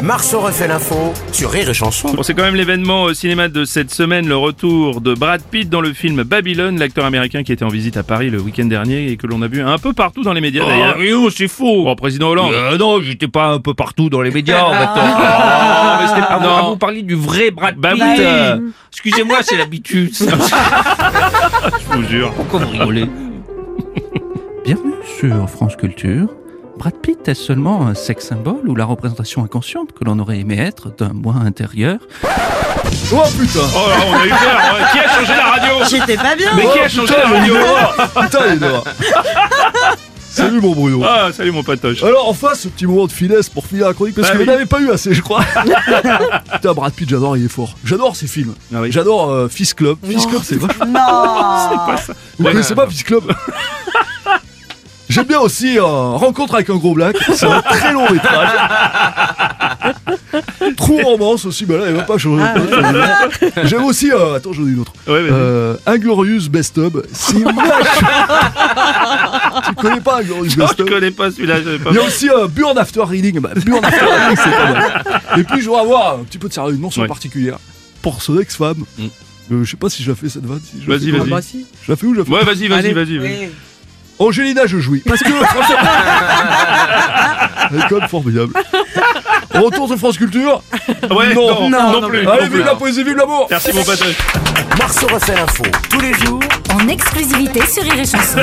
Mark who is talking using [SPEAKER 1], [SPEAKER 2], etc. [SPEAKER 1] Marceau refait l'info sur Rire et Chanson.
[SPEAKER 2] Bon, c'est quand même l'événement au cinéma de cette semaine, le retour de Brad Pitt dans le film Babylone, l'acteur américain qui était en visite à Paris le week-end dernier et que l'on a vu un peu partout dans les médias d'ailleurs.
[SPEAKER 3] Rio, c'est faux.
[SPEAKER 2] Bon, président Hollande. Ah,
[SPEAKER 3] Euh, non, j'étais pas un peu partout dans les médias. en fait. Ah, mais c'était pas-
[SPEAKER 2] Non.
[SPEAKER 3] Ah, vous parliez du vrai Brad Pitt.
[SPEAKER 2] Bah oui.
[SPEAKER 3] euh, Excusez-moi, c'est l'habitude.
[SPEAKER 2] Je vous jure.
[SPEAKER 3] Pourquoi vous rigolez
[SPEAKER 4] Bienvenue sur France Culture. Brad Pitt est seulement un sex symbole ou la représentation inconsciente que l'on aurait aimé être d'un moi intérieur
[SPEAKER 2] Oh là, on a eu peur. ouais. Oh, Qui a changé la radio
[SPEAKER 5] J'étais pas bien.
[SPEAKER 2] Mais qui a changé la radio
[SPEAKER 6] Putain, les noirs Salut mon Bruno
[SPEAKER 2] Ah, salut mon
[SPEAKER 5] Oh.
[SPEAKER 2] patoche.
[SPEAKER 6] Alors enfin ce petit moment de finesse pour finir la chronique parce
[SPEAKER 2] Bah
[SPEAKER 6] que
[SPEAKER 2] oui.
[SPEAKER 6] vous n'avez pas eu assez je crois Putain Brad Pitt j'adore il est fort J'adore ses films
[SPEAKER 2] Ah oui.
[SPEAKER 6] J'adore euh, Fist Club Fist Club c'est vachement
[SPEAKER 5] Non.
[SPEAKER 6] Vous connaissez pas Fist Club J'aime bien aussi euh, Rencontre avec un gros black C'est un très long métrage Trou romance aussi bah là il va pas changer J'aime aussi euh, Attends j'en ai une autre
[SPEAKER 2] Ouais, vas-y.
[SPEAKER 6] Euh, Inglorious Best Of C'est vache. Tu connais pas Inglorious
[SPEAKER 2] Oh,
[SPEAKER 6] Best
[SPEAKER 2] je
[SPEAKER 6] Of
[SPEAKER 2] connais pas celui-là. j'avais pas-
[SPEAKER 6] il y a aussi euh, Burn After Reading. Bah, Burn After Reading, c'est pas mal. Et puis, je voudrais avoir un petit peu de sérieux, une mention
[SPEAKER 2] Ouais.
[SPEAKER 6] particulière pour son ex-femme.
[SPEAKER 2] Mm.
[SPEAKER 6] Euh, je sais pas si je la fais cette vanne. Si je la
[SPEAKER 2] Vas-y,
[SPEAKER 6] fais
[SPEAKER 2] vas-y.
[SPEAKER 6] comment. Je la fais ou je la fais
[SPEAKER 2] Ouais, vas-y, vas-y,
[SPEAKER 6] Allez.
[SPEAKER 2] vas-y. vas-y.
[SPEAKER 6] Angelina, je jouis. Parce que, franchement, elle est quand même formidable. Retour sur France Culture.
[SPEAKER 2] Ouais, non,
[SPEAKER 6] Non.
[SPEAKER 2] non, plus. non
[SPEAKER 6] Allez,
[SPEAKER 2] plus.
[SPEAKER 6] vive la poésie, vive l'amour.
[SPEAKER 2] Merci mon patoche.
[SPEAKER 1] Marceau refait l'info tous les jours
[SPEAKER 7] en exclusivité sur Rire et Chanson.